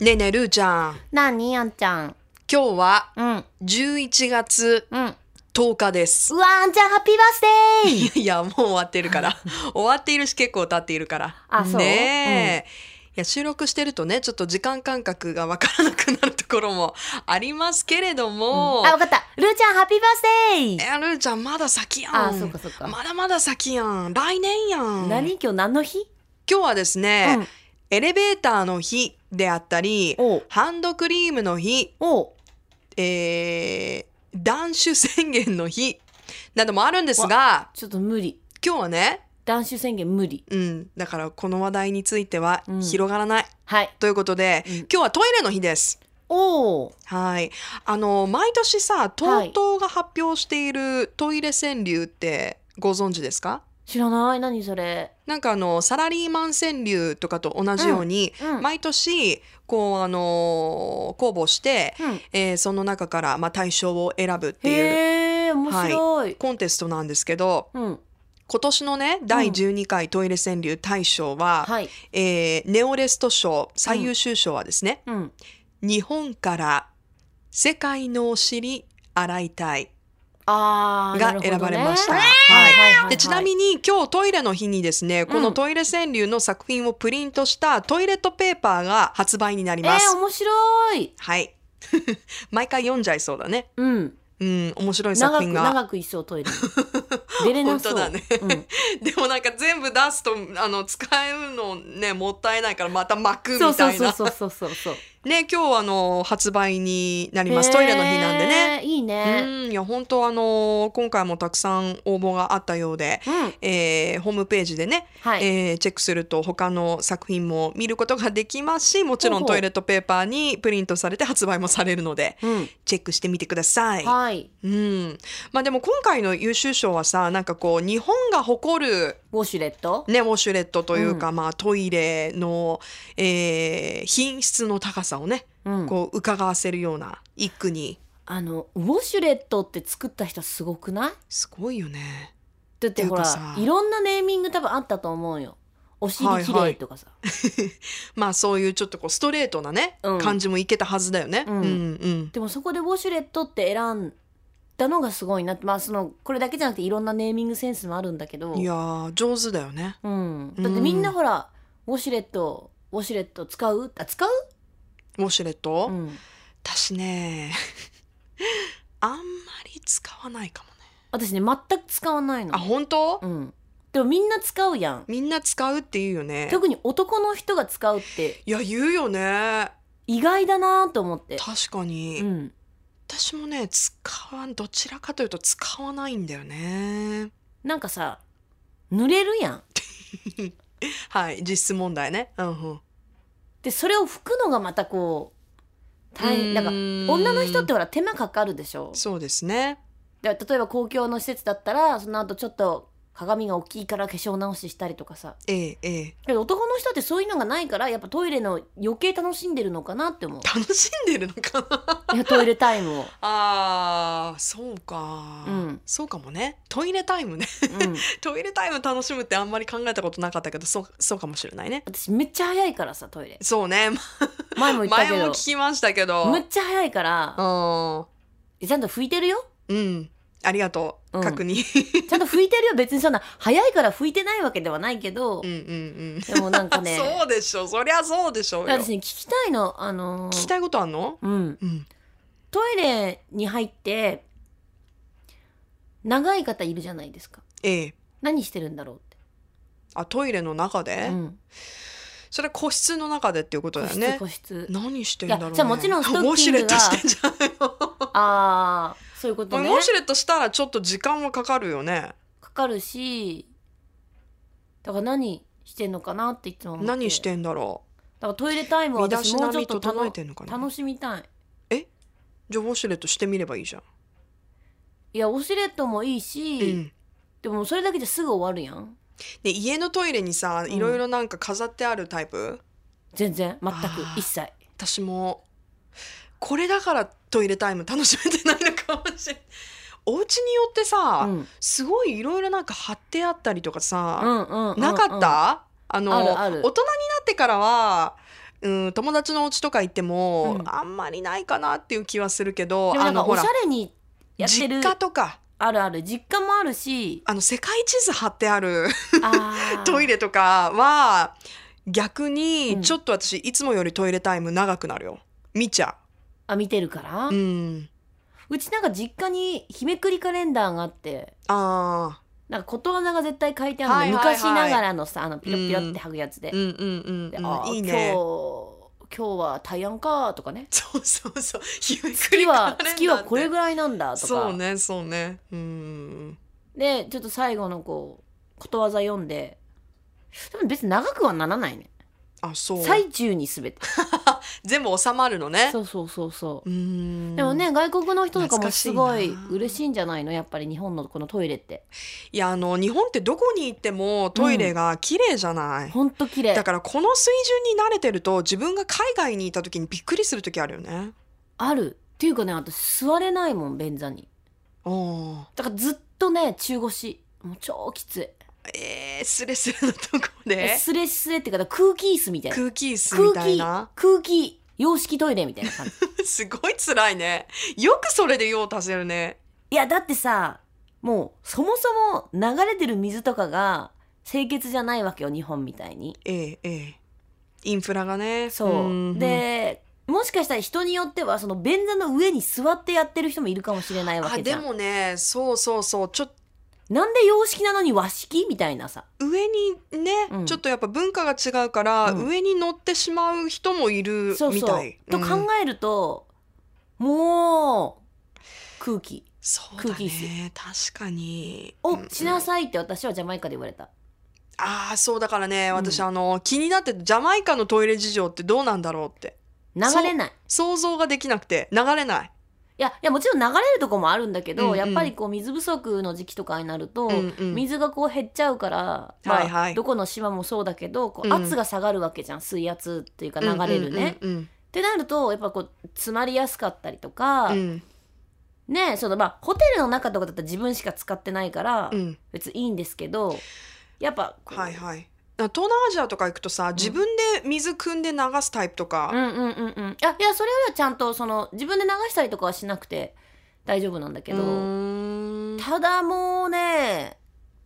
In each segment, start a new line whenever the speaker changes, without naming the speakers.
ねえねえるーちゃん
なにあんちゃん。
今日は
うん。うん。
11月
うわ
10日です
あんちゃん、ハッピーバースデー
いやもう終わってるから 終わっているし結構経っているから
あそう
ねえ、いや収録してるとねちょっと時間感覚がわからなくなるところもありますけれども、
あ、わかった。ルーちゃん、ハッピーバース
い
デー
やるーちゃんまだ先やん
あ、そっかそっか。
まだまだ先やん来年やん
何今日何の日
今日はですね、
うん
エレベーターの日であったり
おう
ハンドクリームの日
おう
えー、断酒宣言の日 などもあるんですが
ちょっと無理。
今日はね、
断酒宣言無理。
うん、だからこの話題については
うん
広がらない、
はい。
ということで、
うん
今日はトイレの日です。
おお。
はい、あの毎年さ TOTO が発表しているトイレ川柳ってご存知ですか
知らない。何それ。
なんかあのサラリーマン川柳とかと同じように、
うん。
毎年こうあの公募して、
うん
えーその中からまあ対象を選ぶっていう
へえ、面白い。
コンテストなんですけど、
うん。
今年のね第12回トイレ川柳大賞は、
はい。
えーネオレスト賞最優秀賞はですね、
うん。
日本から世界のお尻洗いたい
あー、なる
が
ほど
選
ね
ばれました、
はい
はい
はいはいはい。
でちなみ
に、
に今日トイレの日にですねこ
う
の
ん
トイレ川柳の作品をプリントしたトイレットペーパーが発売になり
え
ます、
ー、面白い。
はい 毎回読んじゃいそうだね
うん。
うん面白い作
長く、
品が
長く一生トイ レに。出れなそう。
本当だね
うん。
でもなんか全部出すとあの使うのねもったいないからまた巻くみた
そう
い
そう
な
そうそうそうそうそう。
ね今日はあの発売になりますトイレの日なんでね。
へー。いいうね。
んいや本当あの今回もたくさん応募があったようで、
うん。
えーホームページでね、
はい。
えーチェックすると他の作品も見ることができますしもちろ
ほ
ん
うほう
トイレットペーパーにプリントされて発売もされるので
うん。
チェックしてみてください。
はい。
うんまあ、でも今回の優秀賞はさなんかこう日本が誇る
ウォシュレット。
ね、ウォシュレットというか、まあ、トイレの、えー品質の高さをね、
うん。
こう伺わせるような一句に
あのウォシュレットって作った人すごくない？
すごいよね
だってほら
っていうかさ
いろんなネーミング多分あったと思うよ。お尻
はいはい
きれいとかさ。
まあそういうちょっとこうストレートなね、
うん
感じもいけたはずだよね、
うん
うん
でもそこでウォシュレットって選んだのがすごいなって。まあそのこれだけじゃなくていろんなネーミングセンスもあるんだけど。
いやー上手だよね
うん。だってみんなほら、ウォシュレットウォシュレット使う？あ使う？
ウォシュレット、
うん。
私ね あんまり使わないかもね
私ね全く使わないの。
あ本当、
うん。でもみんな使うやん。
みんな使うって言うよね
特に男の人が使うって
いや言うよね
意外だなと思って。
確かに、
うん。
私もね使わんどちらかというと使わないんだよね
なんかさ濡れるやん
はい実質問題ねうんうん
でそれを拭くのがまたこう大変なんか女
女
の人ってほら手間かかるでしょ
そうですね
で例えば公共の施設だったらその後ちょっと鏡が大きいから化粧直ししたりとかさ
ええええ
だけど男の人ってそういうのがないからやっぱトイレの余計楽しんでるのかなっ て思う
楽しんでるのかな
いやトイレタ イムを、
あーそうか、
うん
そうかもねトイレタイムね
うん、
トイレタイム楽しむってあんまり考えたことなかったけどそうそうかもしれないね
私めっちゃ早いからさトイレ
そうねま
前も言った
前
け
も
ど
聞きましたけど
めっちゃ早いから
う
ちゃんと拭いてるよ
んうんありがとう、
うん
確認
ちゃんと拭いてるよ別にそんな 早いから拭いてないわけではないけど、
うんうん
でもなん
う
か
ん、
ね
そうでしょそりゃそうでしょうよ
私ね聞きたいのあのー
聞きたいことあんの
うん、
うん
トイレに入って長い方いるじゃないですか
ええ
何してるんだろうって
あトイレの中で、
うん、
それ個室の中でっていうことだよね
個室個室
何してんだろう、ね、
いやじゃあもちろんストッキングが
ウォ シュレットしてんじゃないの
ああそういうこと
まあ
ね
ウォシュレットしたらちょっと時間はかかるよね
かかるしだから何してんのかなっていつも思って
何してんだろ
だからトイレタイ
う
ムは
身だ
私
し
も
な
うちょっ
み
と
整え
楽
てんのかな
楽しみたい
じゃあウォシュレットしてみればいいじゃん、
いやウォシュレットもいいし、
うん
でもそれだけじゃすぐ終わるやん
で家のトイレにさ
ん
いろいろなんか飾ってあるタイプ、
全然全く
あー
一切
私もこれだからトイレタイム楽しめてないのかもしれないお家によってさ、
うん
すごいいろいろなんか貼ってあったりとかさ、
うんうんうんうん
なかった、あの
あるある
大人になってからはうん、友達のお家とか行っても、
うん
あんまりないかなっていう気はするけど
でもな
あ
んか
の
お
ほ
しゃ
ら
れにやって
実
る
家とか
あるある実家もあ るし
あの世界地図貼ってある
あー
トイレとかは逆
うん
にちょっと私いつもよりトイレタイム長くなるよ見ちゃ
あ見てるから、
う、うん、
うちなんか実家に日めくりカレンダーがあって
あ
なんかことわざが絶対書いてあるの、
はいはいはい
昔ながらのさあのピロピロって剥ぐやつで,
ー、うんうん
で
うんう
あー
んいい
今日
ね
今日は大安かとかね
そうそうそうゆっく
月
り
は
カレンダーって
月はこれぐらいなんだとか
そうねそうねうん
でちょっと最後のこうことわざ読んででも別に長くはならないね
あそう
最中に全て
全部収まるのね
そうそうそうそうう、
ん
でもね外国の人とか
懐
も
かしい
す
な
ごい嬉しいんじゃないのやっぱり日本のこのトイレって
いやあの日本ってどこに行ってもトイレが綺麗じゃない、
ほんと綺麗
だからこの水準に慣れてると自分が海外にいた時にびっくりする時あるよね
あるっていうかね私座れないもん便座に
お
だからずっとね中腰もう超きつい
えー、スレスレのとこで
スレスレっていうか空気椅子みたいな
空気椅子み
空
た
気
いな
空気洋式トイレみたいな感 じ
すごい辛いねよくそれで用を足せるね
いやだってさもうそもそも流れてる水とかが清潔じゃないわけよ日本みたいに
ええええインフラがね
そう。
ん
で、もしかしたら人によっては、その便座の上に座ってやってる人もいるかもしれないわ
あ
けじ
で
ゃん。
もねそうそうそうちょっと
なんで洋式なのに和式みたいなさ。
上にね、
うん
ちょっとやっぱ文化が違うから、
うん
上に乗ってしまう人もいるみたい
そうそう。と
うん
考えると、もう、空気
そう
空
だ
気
ね確かにう
を
ん
しなさいって私はジャマイカで言われた。
ああそうだからね
うん
私、あの気になってジャマイカのトイレ事情ってどうなんだろうって
流れない。
想像ができなくて流れない、
いや、いやもちろん流れるとこもあるんだけど、
うんうん
やっぱりこう水不足の時期とかになると、
うんうん
水がこう減っちゃうから、まあ
はいはい
どこの島もそうだけどこう
うん
圧が下がるわけじゃん、水圧っていうか流れるね、
うんうん
ってなるとやっぱこう詰まりやすかったりとか、
うんうん
ねそのまあホテルの中とかだったら自分しか使ってないから、
うんうん
別にいいんですけどやっぱこう
はいはいだから東南アジアとか行くとさ自分で水汲んで流すタイプと
う
か、
んうんうんうんあいやそれはちゃんとその自分で流したりとかはしなくて大丈夫なんだけ
う
ど
ーん
ただもうね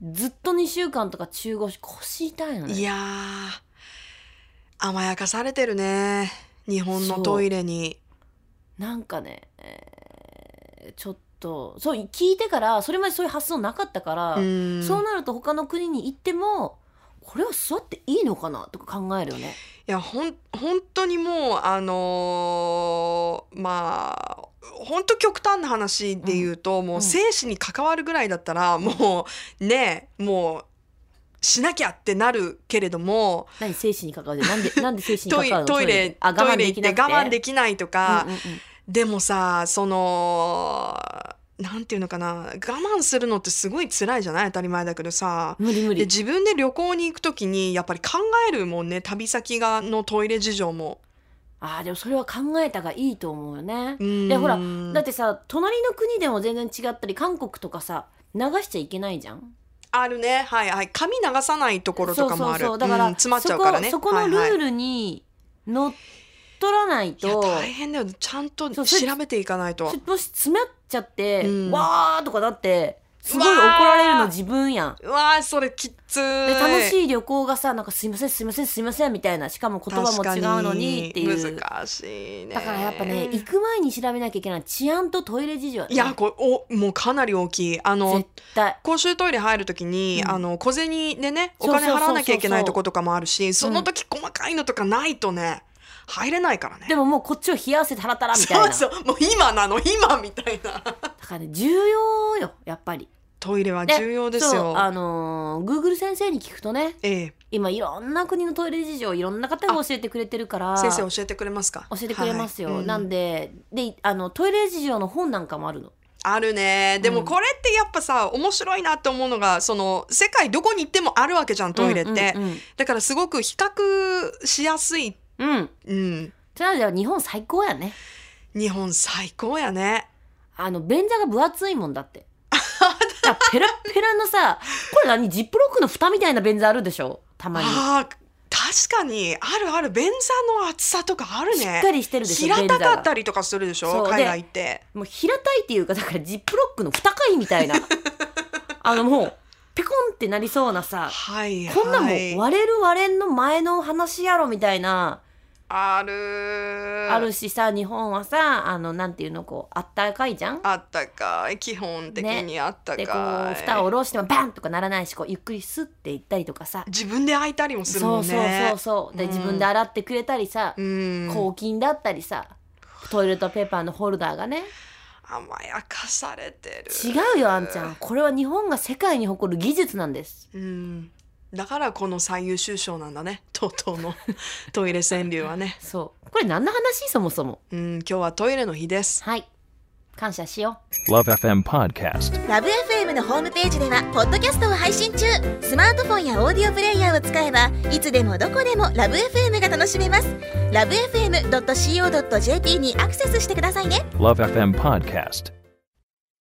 ずっと2週間とか中腰腰痛いのね
いやー甘やかされてるね日本のトイレに
なんかね、えーちょっとそう聞いてからそれまでそういう発想なかったから、
うん
そうなると他の国に行ってもこれは座っていいのかなとか考えるよね。
いやほん本当にもうあのーまあ本当極端な話で言うと、も
ん
う生死に関わるぐらいだったら、もうねもうしなきゃってなるけれども
何精神に関わ るなんでなんで精神に
トイ
関わるの
トイレ
あ
ト
我
イ
慢
レ
で
行
き
って
なくて
我慢できないとか、
うんうんうん
でもさそのなんていうのかな我慢するのってすごい辛いじゃない当たり前だけどさ。
無理無
で
理
自分で旅行に行く時にやっぱり考えるもんね旅先がのトイレ事情も。
あーでもそれは考えたがいいと思うよね。
で
でほらだってさ隣の国でも全然違ったり韓国とかさ流しちゃいけないじゃん
あるねはいはい髪流さないところとかもある
そうそうそうだから、
うん詰まっちゃうからね
そこそこのル
はい
ー
はい
ルにのっとらない
いや
と、
大変だよちゃんと
そ
調
うそれ
べていかないと
もし詰まっちゃって、
うん
わーとかだってすごいう
わー
怒られるの自分やん。
うわーそれきっつー
で楽し
い
い旅行がさなんかすいませんすいませんすいませんみたいなしかも言葉も違うのにっていう
難しいね
だからやっぱね行く前に調べなきゃいけない治安とトイレ事情、ね、
いやこれおもうかなり大きいあの
絶対
公衆トイレ入るときに、
うん
あの小銭でねお
そうそうそ
金
うそう
払わなきゃいけないとことかもあるしその時細かいのとかないとね入れないからね
でももうこっちを冷や汗たらたらみたい
そ
な
うそうもう今なの今みたいな
だからね重要よやっぱり
トイレは重要です
そう
よ
あのー、Google 先生に聞くとね
ええ
今いろんな国のトイレ事情いろんな方が教えてくれてるから
先生教えてくれますか
教えてくれますよ、
はいうん
なんでであのトイレ事情の本なんかもあるの
あるねで
う
も
ん
これってやっぱさ面白いなって思うのがその世界どこに行ってもあるわけじゃんトイレって、
うんうん
だからすごく比較しやすい、
うん、うん
うん、
となると日本最高やね
日本最高やね
あの便座が分厚いもん だってだからペラッペラのさこれ何ジップロックの蓋みたいな便座あるでしょたまに
あーかにあるある便座の厚さとかある
し
ね
っかりしてるでしょ
平たか
便
っ
座
た
が
りとかするでし
そ
ょ
うで
海外って
もう平たいっていうかだからジップロックの蓋かい みたいなあのもうペコンってなりそうなさ
はいはい
こんなんもう割れる割れんの前の話やろみたいな、
ある
あるしさ日本はさあのなんていうのこうあったかいじゃん
あったかい基本的にあったかい、
でこう蓋を下ろしてもバンとかならないしこうゆっくりスッていったりとかさ、
自分で開いたりもする
そ
も
うんそうそ
ね
うそうで、
うん
自分で洗ってくれたりさ、
うん
抗菌だったりさトイレットペーパーのホルダーがね
甘やかされてる
違うよあんちゃんこれは日本が世界に誇る技術なんです
うんだからこの最優秀賞なんだねとうとうのトイレ川柳はね
そうこれ何の話そもそも
うん今日はトイレの日です
はい感謝しよう
Love FM Podcast.
ラブ f m のホームページではポッドキャストを配信中スマートフォンやオーディオプレイヤーを使えばいつでもどこでもラブ f m が楽しめますラブ FM.co.jp にアクセスしてくださいね
Love FM Podcast.